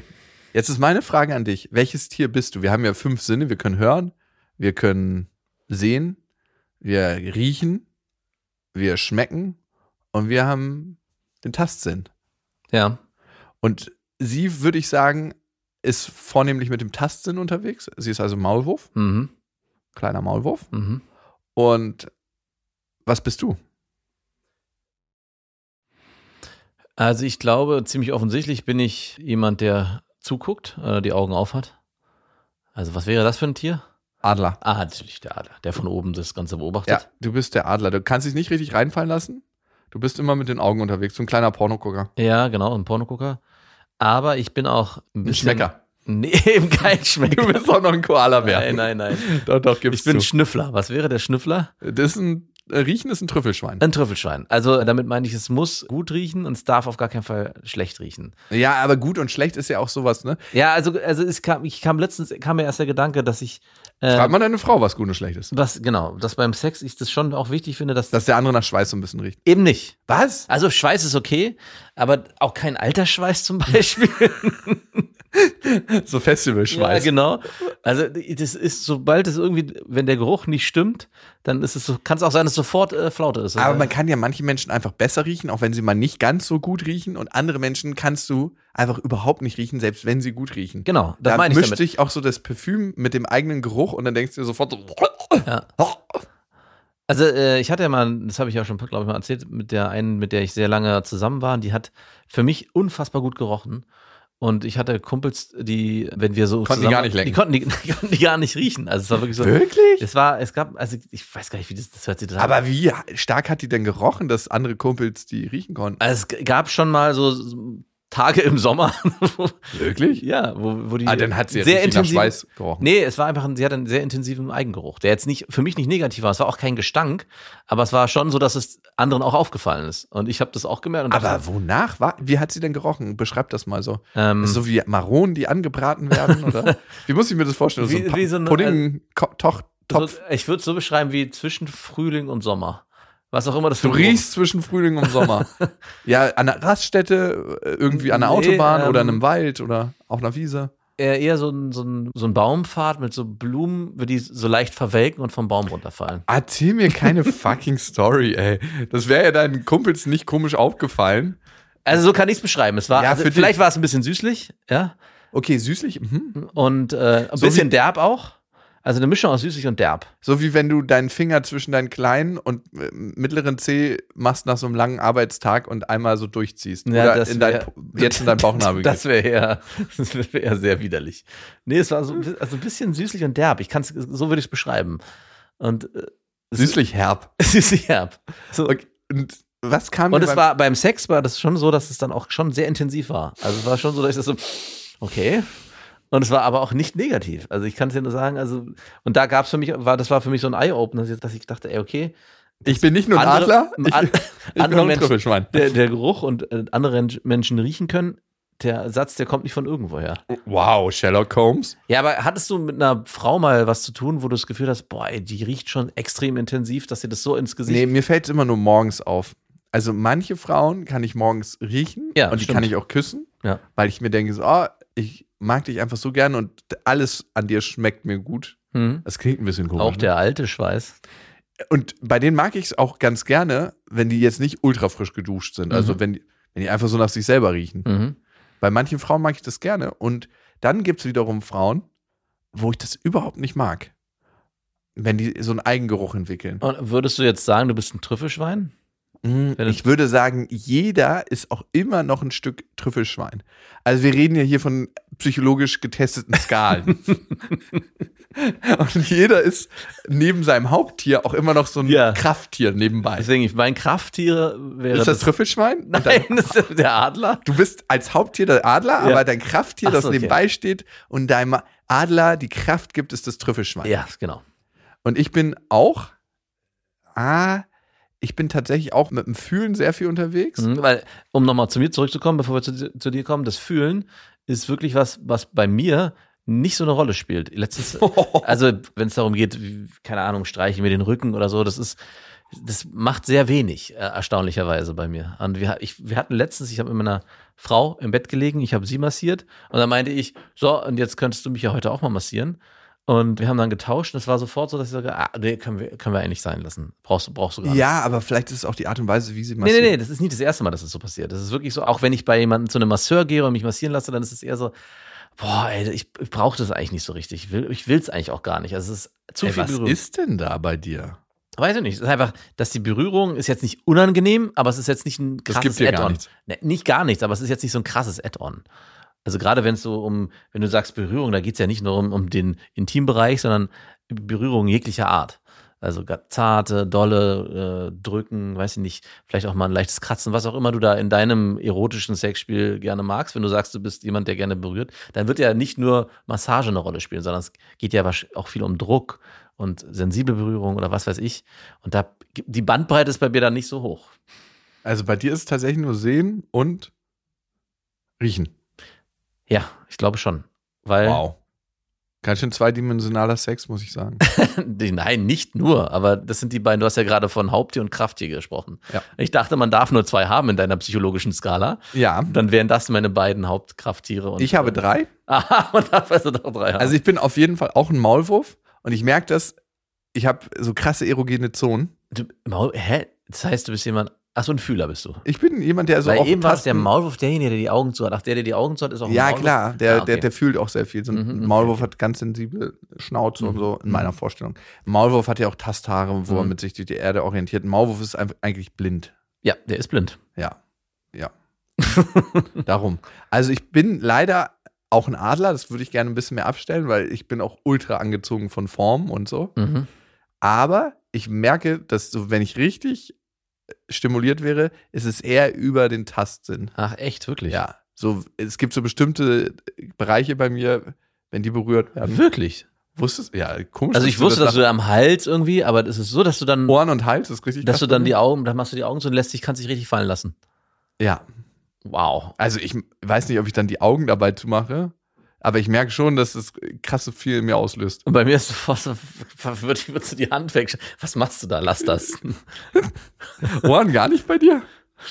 Jetzt ist meine Frage an dich. Welches Tier bist du? Wir haben ja fünf Sinne. Wir können hören, wir können sehen, wir riechen, wir schmecken und wir haben den Tastsinn. Ja. Und sie, würde ich sagen, ist vornehmlich mit dem Tastsinn unterwegs. Sie ist also Maulwurf, Mhm. kleiner Maulwurf. Mhm. Und was bist du? Also ich glaube, ziemlich offensichtlich bin ich jemand, der zuguckt, äh, die Augen auf hat. Also was wäre das für ein Tier? Adler. Ah, natürlich der Adler, der von oben das Ganze Ja, beobachtet. du bist der Adler. Du kannst dich nicht richtig reinfallen lassen. Du bist immer mit den Augen unterwegs. So ein kleiner Pornogucker. Ja, genau, ein Pornogucker. Aber ich bin auch ein Ein bisschen... Schmecker. Nee, eben kein Schmecker. Du bist auch noch ein Koala-Bär. nein, nein, nein. Doch, doch, gib's Ich bin ein zu. Schnüffler. Was wäre der Schnüffler? Das ist ein, äh, Riechen ist ein Trüffelschwein. Ein Trüffelschwein. Also damit meine ich, es muss gut riechen und es darf auf gar keinen Fall schlecht riechen. Ja, aber gut und schlecht ist ja auch sowas, ne? Ja, also, also es kam, ich kam letztens, kam mir erst der Gedanke, dass ich. äh, Frag mal deine Frau, was gut und schlecht ist. Was, genau, dass beim Sex ich das schon auch wichtig finde, dass. Dass der andere nach Schweiß so ein bisschen riecht. eben nicht. Was? Also Schweiß ist okay, aber auch kein Altersschweiß zum Beispiel. So Festivalschweiß. Ja, genau. Also das ist, sobald es irgendwie, wenn der Geruch nicht stimmt, dann ist es so, kann es auch sein, dass sofort äh, Flaute ist. Aber man kann ja manche Menschen einfach besser riechen, auch wenn sie mal nicht ganz so gut riechen. Und andere Menschen kannst du einfach überhaupt nicht riechen, selbst wenn sie gut riechen. genau, das da meine ich mischt damit. sich auch so das Parfüm mit dem eigenen Geruch und dann denkst du dir sofort so. Ja. Also äh, ich hatte ja mal, das habe ich ja schon, glaube ich, mal erzählt, mit der einen, mit der ich sehr lange zusammen war, und die hat für mich unfassbar gut gerochen. Und ich hatte Kumpels, die, wenn wir so Konnten die zusammen, gar nicht lecken. Die konnten die, die konnten die gar nicht riechen. Also es war wirklich so. Wirklich? Es war, es gab, also ich weiß gar nicht, wie das, das hört sich das an. Aber wie stark hat die denn gerochen, dass andere Kumpels die riechen konnten? Also es g- gab schon mal so Tage im Sommer, wo- Wirklich? ja, wo, wo die Ah, dann hat sie ja sehr richtig nach intensiv. Schweiß gerochen. Nee, es war einfach, ein, sie hat einen sehr intensiven Eigengeruch, der jetzt nicht, für mich nicht negativ war. Es war auch kein Gestank, aber es war schon so, dass es anderen auch aufgefallen ist. Und ich habe das auch gemerkt. Und Aber wonach war? Wie hat sie denn gerochen? Beschreib das mal so. ähm, Ist so wie Maronen, die angebraten werden, oder? Wie muss ich mir das vorstellen? Wie- wie so eine- so, Pudding-Topf. ich würde es so beschreiben wie zwischen Frühling und Sommer. Was auch immer das Du für ein Geruch- riechst zwischen Frühling und Sommer. ja, an einer Raststätte, äh, irgendwie an einer Nee, Autobahn ähm, oder in einem Wald oder auf einer Wiese. Eher, eher so ein, so, ein, so ein Baumpfad mit so Blumen, die so leicht verwelken und vom Baum runterfallen. Erzähl mir keine fucking Story, ey. Das wäre ja deinen Kumpels nicht komisch aufgefallen. Also so kann ich es beschreiben. Es war, Ja, also für dich. vielleicht war es ein bisschen süßlich, ja. Okay, süßlich. Mhm. Und äh, ein So bisschen wie- derb auch. Also eine Mischung aus süßlich und derb. So wie wenn du deinen Finger zwischen deinen kleinen und äh, mittleren Zeh machst nach so einem langen Arbeitstag und einmal so durchziehst. Ja, oder das in dein, wär- Po- jetzt in deinen Bauchnabel Das gehst. wäre ja, das wär ja sehr widerlich. Nee, es war so ein bi- also ein bisschen süßlich und derb. Ich kann's, so würde ich es beschreiben. Und äh, Süßlich herb. süßlich derb. So. Okay. Und was kam Und dir es beim- war beim Sex war das schon so, dass es dann auch schon sehr intensiv war. Also es war schon so, dass ich das so, okay. Und es war aber auch nicht negativ. Also ich kann es dir nur sagen, also, und da gab es für mich, war, das war für mich so ein Eye-Opener, dass ich dachte, ey, okay, Ich bin nicht nur ein andere- Adler, ich, an- ich bin andere auch ein Menschen- Trüffelschwein. der, der Geruch und äh, andere Ren- Menschen riechen können, der Satz, der kommt nicht von irgendwoher. Wow, Sherlock Holmes. Ja, aber hattest du mit einer Frau mal was zu tun, wo du das Gefühl hast, boah, ey, die riecht schon extrem intensiv, dass dir das so ins Gesicht. Nee, mir fällt es immer nur morgens auf. Also manche Frauen kann ich morgens riechen Ja, und die stimmt. kann ich auch küssen, Ja. weil ich mir denke, so, oh, ich mag dich einfach so gern und alles an dir schmeckt mir gut. Hm? Das klingt ein bisschen komisch. Auch ne? der alte Schweiß. Und bei denen mag ich es auch ganz gerne, wenn die jetzt nicht ultra frisch geduscht sind. Also Mhm. wenn, die- wenn die einfach so nach sich selber riechen. Mhm. Bei manchen Frauen mag ich das gerne. Und dann gibt es wiederum Frauen, wo ich das überhaupt nicht mag. wenn die so einen Eigengeruch entwickeln. Und würdest du jetzt sagen, du bist ein Trüffelschwein? Mm, Wenn es- Ich würde sagen, jeder ist auch immer noch ein Stück Trüffelschwein. Also wir reden ja hier von psychologisch getesteten Skalen. Und jeder ist neben seinem Haupttier auch immer noch so ein Ja. Krafttier nebenbei. Deswegen, ich mein Krafttiere wäre Ist das Trüffelschwein? Und Nein, das ist der Adler. Du bist als Haupttier der Adler, Ja. aber dein Krafttier, Ach das so, okay. nebenbei steht und deinem Adler die Kraft gibt, ist das Trüffelschwein. Ja, genau. Und ich bin auch, ah, ich bin tatsächlich auch mit dem Fühlen sehr viel unterwegs. Mhm, weil, um nochmal zu mir zurückzukommen, bevor wir zu, zu dir kommen, das Fühlen ist wirklich was, was bei mir nicht so eine Rolle spielt. Letztens, also wenn es darum geht, wie- keine Ahnung, streiche mir den Rücken oder so, das ist, das macht sehr wenig, äh, erstaunlicherweise bei mir. Und wir, ich, wir hatten letztens, ich habe mit meiner Frau im Bett gelegen, ich habe sie massiert und dann meinte ich, so, und jetzt könntest du mich ja heute auch mal massieren. Und wir haben dann getauscht und es war sofort so, dass ich sage, ah, nee, können wir, können wir eigentlich sein lassen. Brauchst, du- brauchst du gar nicht. Ja, aber vielleicht ist es auch die Art und Weise, wie sie Nee, massiert. nee, nee, das ist nicht das erste Mal, dass es das so passiert. Das ist wirklich so, auch wenn ich bei jemandem zu einem Masseur gehe und mich massieren lasse, dann ist es eher so, boah, ey, ich, ich brauche das eigentlich nicht so richtig. Ich will es eigentlich auch gar nicht. Also es ist zu Ey, viel was Berührung. ist denn da bei dir? Weiß ich nicht. Es ist einfach, dass die Berührung ist jetzt nicht unangenehm, aber es ist jetzt nicht ein krasses gibt dir gar Add-on. nichts. Ne, nicht gar nichts, aber es ist jetzt nicht so ein krasses Add-on. Also gerade wenn es so um, wenn du sagst Berührung, da geht es ja nicht nur um, um den Intimbereich, sondern Berührung jeglicher Art. Also ga- zarte, dolle, äh, drücken, weiß ich nicht, vielleicht auch mal ein leichtes Kratzen, was auch immer du da in deinem erotischen Sexspiel gerne magst. Wenn du sagst, du bist jemand, der gerne berührt, dann wird ja nicht nur Massage eine Rolle spielen, sondern es geht ja wahrsch- auch viel um Druck und sensible Berührung oder was weiß ich. Und da die Bandbreite ist bei mir dann nicht so hoch. Also bei dir ist es tatsächlich nur sehen und riechen. Ja, ich glaube schon. Weil Wow. Ganz schön zweidimensionaler Sex, muss ich sagen. Die- Nein, nicht nur, aber das sind die beiden, du hast ja gerade von Haupttier und Krafttier gesprochen. Ja. Ich dachte, man darf nur zwei haben in deiner psychologischen Skala. Ja, Dann wären das meine beiden Hauptkrafttiere. Und, ich habe drei. Aha, man darf also doch drei haben. Also ich bin auf jeden Fall auch ein Maulwurf und ich merke das, ich habe so krasse erogene Zonen. du, Maul, hä? Das heißt, du bist jemand, ach so ein Fühler bist du. Ich bin jemand, der so Weil auch eben war es der Tasten- Maulwurf derjenige, der die Augen zu hat. Ach, der, der die Augen zu hat, ist auch ein Ja, Maulwurf. klar, der, Ah, okay. der, der fühlt auch sehr viel. So Mhm, ein mhm, Maulwurf hat ganz sensible Schnauze und Mhm. so, in Mhm. meiner Vorstellung. Ein Maulwurf hat ja auch Tasthaare, wo er Mhm. mit sich durch die Erde orientiert. Ein Maulwurf ist einfach eigentlich blind. Ja, der ist blind. Ja, ja. Darum. Also ich bin leider auch ein Adler, das würde ich gerne ein bisschen mehr abstellen, weil ich bin auch ultra angezogen von Form und so. Mhm. Aber ich merke, dass so, wenn ich richtig äh, stimuliert wäre, ist es eher über den Tastsinn. Ach, echt, wirklich? Ja. So, es gibt so bestimmte äh, Bereiche bei mir, wenn die berührt werden. Wirklich? Wusstest Ja, komisch. Also ich dass Oh, wusste, dass du nach am Hals irgendwie, aber es ist so, dass du dann Ohren und Hals ist richtig. dass krass du bei dann mir. die Augen, dann machst du die Augen zu und lässt dich, kannst dich richtig fallen lassen. Ja. Wow. Also ich weiß nicht, ob ich dann die Augen dabei zumache, aber ich merke schon, dass es krasse viel in mir auslöst. Und bei mir ist sofort so, würd- würdest du die Hand weg. Was machst du da? Lass das. Ohren gar nicht bei dir?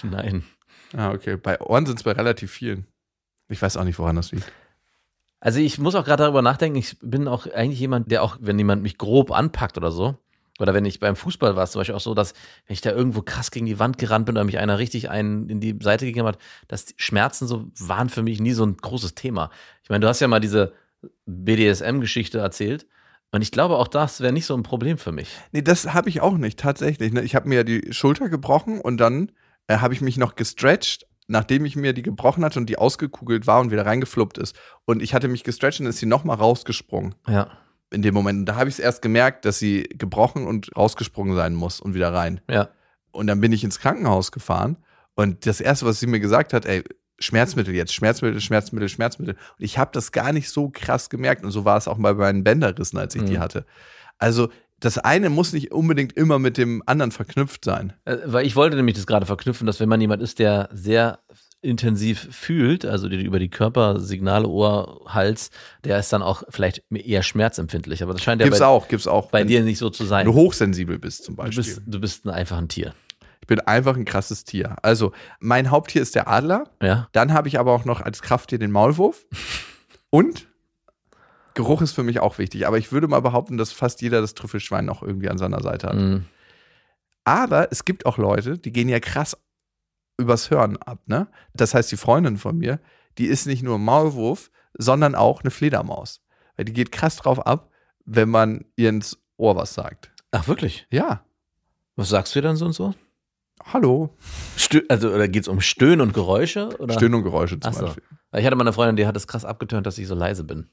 Nein. Ah, okay. Bei Ohren sind es bei relativ vielen. Ich weiß auch nicht, woran das liegt. Also ich muss auch gerade darüber nachdenken, ich bin auch eigentlich jemand, der auch, wenn jemand mich grob anpackt oder so, oder wenn ich beim Fußball war, ist zum Beispiel auch so, dass wenn ich da irgendwo krass gegen die Wand gerannt bin oder mich einer richtig einen in die Seite gegeben hat, dass die Schmerzen so waren für mich nie so ein großes Thema. Ich meine, du hast ja mal diese BDSM-Geschichte erzählt und ich glaube auch das wäre nicht so ein Problem für mich. Nee, das habe ich auch nicht, tatsächlich. ne? Ich habe mir ja die Schulter gebrochen und dann äh, habe ich mich noch gestretcht, nachdem ich mir die gebrochen hatte und die ausgekugelt war und wieder reingefluppt ist. Und ich hatte mich gestretcht und ist sie nochmal rausgesprungen Ja. in dem Moment. Und da habe ich es erst gemerkt, dass sie gebrochen und rausgesprungen sein muss und wieder rein. Ja. Und dann bin ich ins Krankenhaus gefahren und das Erste, was sie mir gesagt hat, ey, Schmerzmittel jetzt, Schmerzmittel, Schmerzmittel, Schmerzmittel. Und ich habe das gar nicht so krass gemerkt und so war es auch bei meinen Bänderrissen, als ich die Mhm. hatte. Also das eine muss nicht unbedingt immer mit dem anderen verknüpft sein. Äh, Weil ich wollte nämlich das gerade verknüpfen, dass wenn man jemand ist, der sehr intensiv fühlt, also die, die über die Körpersignale, Ohr, Hals, der ist dann auch vielleicht eher schmerzempfindlich. Aber das scheint ja Gibt's bei, auch, gibt's auch. bei wenn dir nicht so zu sein. du hochsensibel bist zum Du Beispiel. bist, du bist ein einfach ein Tier. ich bin einfach ein krasses Tier. Also mein Haupttier ist der Adler. Ja. Dann habe ich aber auch noch als Krafttier den Maulwurf. Und Geruch ist für mich auch wichtig. Aber ich würde mal behaupten, dass fast jeder das Trüffelschwein auch irgendwie an seiner Seite hat. Mhm. Aber es gibt auch Leute, die gehen ja krass übers Hören ab. Ne? Das heißt, die Freundin von mir, die ist nicht nur ein Maulwurf, sondern auch eine Fledermaus. Weil die geht krass drauf ab, wenn man ihr ins Ohr was sagt. Ach, wirklich? Ja. Was sagst du dann so und so? Hallo. Stö also, oder geht es um Stöhnen und Geräusche? Oder? Stöhnen und Geräusche zum Ach so. Beispiel. Ich hatte mal eine Freundin, die hat es krass abgetönt, dass ich so leise bin.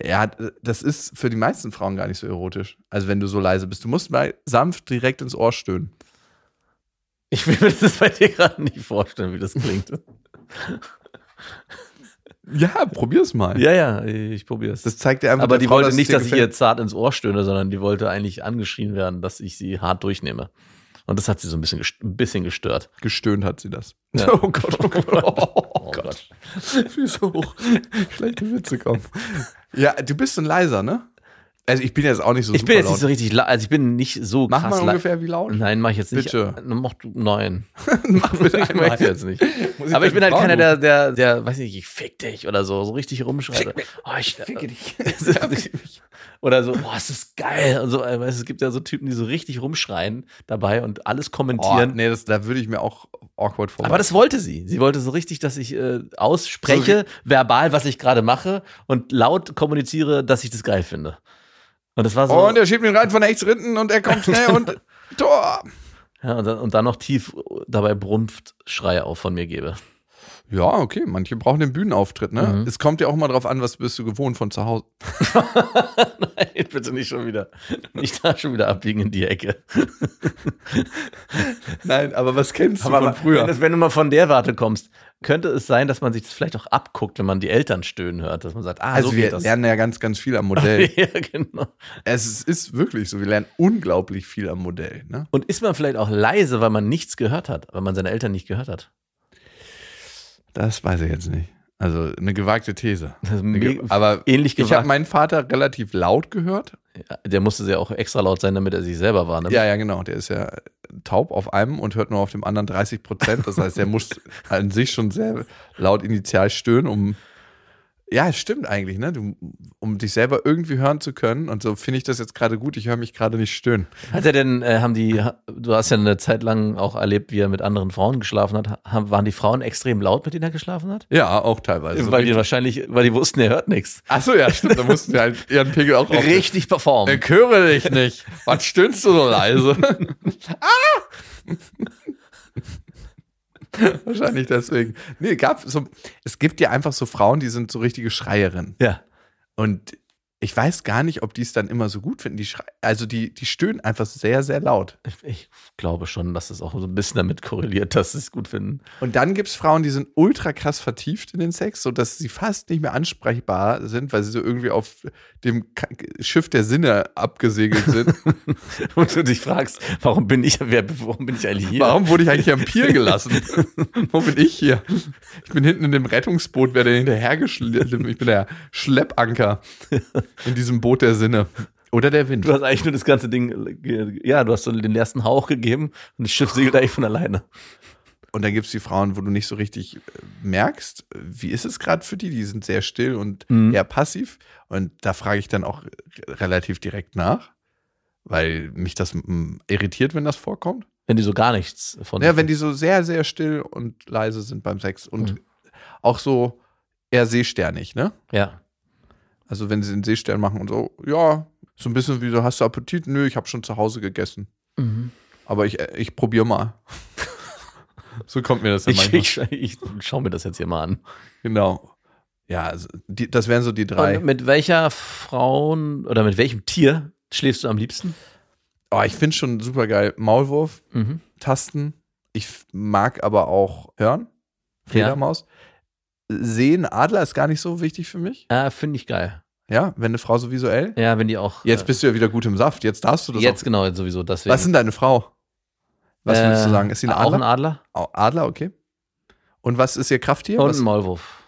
Ja, äh, das ist für die meisten Frauen gar nicht so erotisch. Also wenn du so leise bist, du musst mal sanft direkt ins Ohr stöhnen. Ich will mir das bei dir gerade nicht vorstellen, wie das klingt. Ja, probier's mal. ja, ja, ich probiere es. Das zeigt dir einfach, Aber der die Frau, wollte es nicht, dir dass ich gefällt. ihr zart ins Ohr stöhne, sondern die wollte eigentlich angeschrien werden, dass ich sie hart durchnehme. Und das hat sie so ein bisschen, gest- ein bisschen gestört. gestöhnt hat sie das. Ja. Oh Gott, oh Gott, Oh Gott. Wieso hoch? Schlechte Witze kommen. Ja, du bist so ein leiser, ne? Also ich bin jetzt auch nicht so Ich super bin jetzt nicht so laut. richtig, la- also ich bin nicht so Mach krass mal la- ungefähr wie laut. Nein, mach ich jetzt nicht. Äh, Bitte. Mach du, nein. Mach bitte Ich einmal. möchte jetzt nicht. Muss Aber ich bin deine halt Frau keiner, anrufen? der, der, der, weiß nicht, ich fick dich oder so, so richtig rumschreit. Oh, ich Ficke dich. oder so, oh, es ist geil. Und so, äh, weißt, du, es gibt ja so Typen, die so richtig rumschreien dabei und alles Oh, kommentieren. nee, das, da würde ich mir auch awkward vorstellen. Aber das wollte sie. Sie wollte so richtig, dass ich äh, ausspreche, verbal, was ich gerade mache und laut kommuniziere, dass ich das geil finde. Und das war so. Und er schiebt ihn rein von rechts hinten und er kommt schnell und Tor. ja, und, dann, und dann noch tief äh, dabei brumpft Schreie auf von mir gebe. Ja, okay, manche brauchen den Bühnenauftritt, ne? Mhm. Es kommt ja auch mal drauf an, was bist du gewohnt von zu Hause. Nein, bitte nicht schon wieder. Nicht da schon wieder abbiegen in die Ecke. Nein, aber was kennst Wenn, das, wenn du mal von der Warte kommst, könnte es sein, dass man sich das vielleicht auch abguckt, wenn man die Eltern stöhnen hört, dass man sagt, ah, Also so wir geht das. lernen ja ganz, ganz viel am Modell. ja, genau. es ist, ist wirklich so, wir lernen unglaublich viel am Modell, ne? Und ist man vielleicht auch leise, weil man nichts gehört hat, weil man seine Eltern nicht gehört hat? Das weiß ich jetzt nicht. Also eine gewagte These. Das ist Eine ge mega- aber ähnlich ich habe gewagt. meinen Vater relativ laut gehört. Der musste ja auch extra laut sein, damit er sich selber wahrnimmt. Ja, ja, genau. Der ist ja taub auf einem und hört nur auf dem anderen 30 Prozent. Das heißt, der muss an sich schon sehr laut initial stöhnen, um. Ja, stimmt eigentlich, ne? Du, um dich selber irgendwie hören zu können. Und so finde ich das jetzt gerade gut. Ich höre mich gerade nicht stöhnen. Hat er denn, äh, haben die, ha- du hast ja eine Zeit lang auch erlebt, wie er mit anderen Frauen geschlafen hat. Ha- Haben, waren die Frauen extrem laut, mit denen er geschlafen hat? Also Ja, auch teilweise. weil die wahrscheinlich, weil die wussten, er hört nichts. Achso, ja, stimmt. Da mussten die halt ihren Pegel auch rauf. Richtig performen. Also. Ich höre dich nicht. Was stöhnst du so leise? ah! Wahrscheinlich deswegen. Nee, gab so, es gibt ja einfach so Frauen, die sind so richtige Schreierinnen. Ja. Und ich weiß gar nicht, ob die es dann immer so gut finden. Die schrei also die, die stöhnen einfach sehr, sehr laut. Ich, ich glaube schon, dass es auch so ein bisschen damit korreliert, dass sie es gut finden. Und dann gibt es Frauen, die sind ultra krass vertieft in den Sex, sodass sie fast nicht mehr ansprechbar sind, weil sie so irgendwie auf dem Ka- Schiff der Sinne abgesegelt sind. Und du dich fragst, warum bin ich, wer, warum bin ich eigentlich hier? Warum wurde ich eigentlich am Pier gelassen? Wo bin ich hier? Ich bin hinten in dem Rettungsboot, werde hinterhergeschliffen. Ich bin der Schleppanker in diesem Boot der Sinne. Oder der Wind. Du hast eigentlich nur das ganze Ding, ge- ja, du hast so den ersten Hauch gegeben und das Schiff segelt eigentlich von alleine. Und dann gibt es die Frauen, wo du nicht so richtig äh, merkst, wie ist es gerade für die? Die sind sehr still und Mhm. eher passiv. Und da frage ich dann auch relativ direkt nach, weil mich das mm, irritiert, wenn das vorkommt. Wenn die so gar nichts von Ja, wenn die so sehr, sehr still und leise sind beim Sex und Mhm. auch so eher seesternig, ne? Ja. Also wenn sie den Seestern machen und so, ja, so ein bisschen wie so, hast du Appetit? Nö, ich habe schon zu Hause gegessen. Mhm. Aber ich, äh, ich probiere mal. so kommt mir das dann Ich, manchmal. ich, ich schau mir das jetzt hier mal an. Genau. Ja, also die, das wären so die drei. Und mit welcher Frauen oder mit welchem Tier schläfst du am liebsten? Oh, ich finde schon super geil. Maulwurf, Mhm. Tasten. Ich f- mag aber auch hören. Fledermaus. Sehen, Adler ist gar nicht so wichtig für mich. Ja, finde ich geil. Ja, wenn eine Frau so visuell. Ja, wenn die auch. Jetzt bist du ja wieder gut im Saft. Jetzt darfst du du das Jetzt auch. genau, jetzt sowieso. Deswegen. Was ist denn deine Frau? Was würdest du Äh, sagen? Ist sie ein Auch ein Adler? Adler? Au- Adler, okay. Und was ist ihr Krafttier? Und was ein Maulwurf.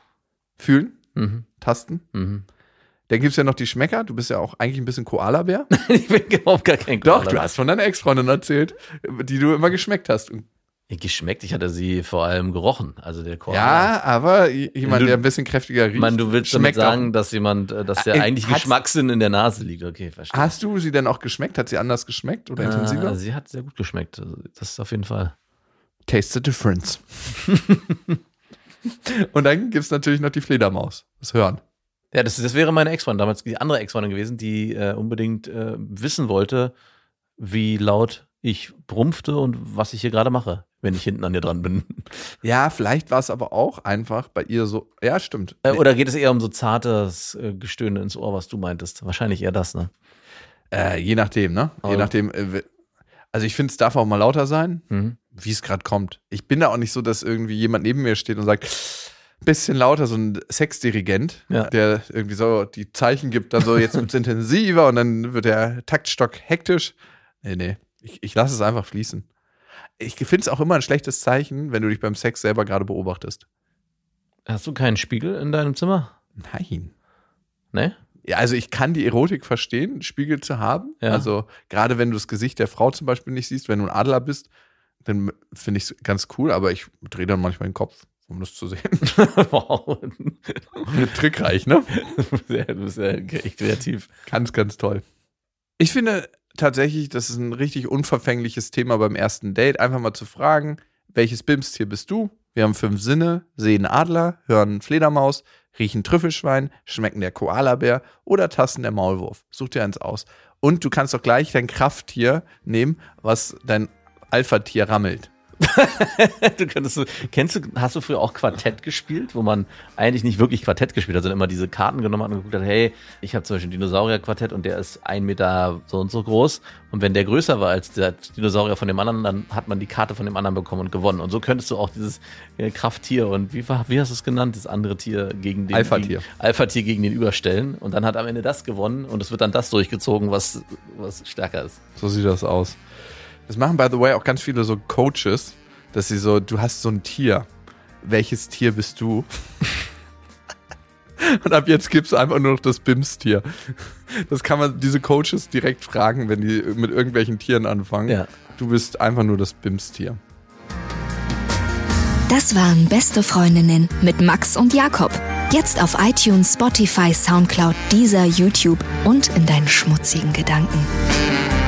fühlen, Mhm. tasten. Mhm. Dann gibt es ja noch die Schmecker. Du bist ja auch eigentlich ein bisschen Koala-Bär. ich bin überhaupt gar kein Doch, Koala. du hast von deiner Ex-Freundin erzählt, die du immer geschmeckt hast. Geschmeckt, ich hatte sie vor allem gerochen. Also der Koala. Ja, aber j- jemand, Du- der ein bisschen kräftiger riecht. Ich meine, du willst damit schmeckt sagen, dass jemand, äh, dass Ah, der äh, eigentlich hat's- Geschmackssinn in der Nase liegt. Okay, Auch, verstehe. hast du sie denn auch geschmeckt? Hat sie anders geschmeckt oder Äh, intensiver? sie hat sehr gut geschmeckt. Also, Das ist auf jeden Fall. Taste the difference. Und dann gibt es natürlich noch die Fledermaus. Das Hören. Ja, das, das wäre meine Ex-Freundin, damals die andere Ex-Freundin gewesen, die äh, unbedingt äh, wissen wollte, wie laut ich brumpfte und was ich hier gerade mache, wenn ich hinten an dir dran bin. Ja, vielleicht war es aber auch einfach bei ihr so. Ja, stimmt. Äh, Oder geht es eher um so zartes äh, Gestöhne ins Ohr, was du meintest? Wahrscheinlich eher das, ne? Äh, je nachdem, ne? Je Aber- nachdem. Äh, we- also ich finde, es darf auch mal lauter sein, Mhm. wie es gerade kommt. Ich bin da auch nicht so, dass irgendwie jemand neben mir steht und sagt, bisschen lauter, so ein Sexdirigent, Ja. der irgendwie so die Zeichen gibt, dann so jetzt wird's intensiver und dann wird der Taktstock hektisch. Nee, nee. Ich, ich lasse es einfach fließen. Ich finde es auch immer ein schlechtes Zeichen, wenn du dich beim Sex selber gerade beobachtest. Hast du keinen Spiegel in deinem Zimmer? Nein. Ne? Ja, also ich kann die Erotik verstehen, Spiegel zu haben. Ja. Also gerade wenn du das Gesicht der Frau zum Beispiel nicht siehst, wenn du ein Adler bist, dann finde ich es ganz cool, aber ich drehe dann manchmal den Kopf, um das zu sehen. wow. Trickreich, ne? Sehr- du bist ja echt kreativ. Ganz, ganz toll. Ich finde tatsächlich, das ist ein richtig unverfängliches Thema beim ersten Date, einfach mal zu fragen, welches Bimstier bist du? Wir haben fünf Sinne, sehen Adler, hören Fledermaus, riechen Trüffelschwein, schmecken der Koalabär oder tasten der Maulwurf. Such dir eins aus. Und du kannst doch gleich dein Krafttier nehmen, was dein Alpha-Tier rammelt. Du könntest so, kennst du, hast du früher auch Quartett gespielt, wo man eigentlich nicht wirklich Quartett gespielt hat, sondern immer diese Karten genommen hat und geguckt hat, hey, ich habe zum Beispiel ein Dinosaurier-Quartett und der ist ein Meter so und so groß. Und wenn der größer war als der Dinosaurier von dem anderen, dann hat man die Karte von dem anderen bekommen und gewonnen. Und so könntest du auch dieses äh, Krafttier und wie, war- wie hast du es genannt, das andere Tier gegen den Alpha-Tier. gegen- Alpha-Tier gegen den überstellen. Und dann hat am Ende das gewonnen und es wird dann das durchgezogen, was, was stärker ist. So sieht das aus. Das machen, by the way, auch ganz viele so Coaches, dass sie so, du hast so ein Tier. Welches Tier bist du? Und ab jetzt gibt's einfach nur noch das Bims-Tier. Das kann man diese Coaches direkt fragen, wenn die mit irgendwelchen Tieren anfangen. Ja. Du bist einfach nur das Bims-Tier. Das waren Beste Freundinnen mit Max und Jakob. Jetzt auf iTunes, Spotify, Soundcloud, Deezer, YouTube und in deinen schmutzigen Gedanken.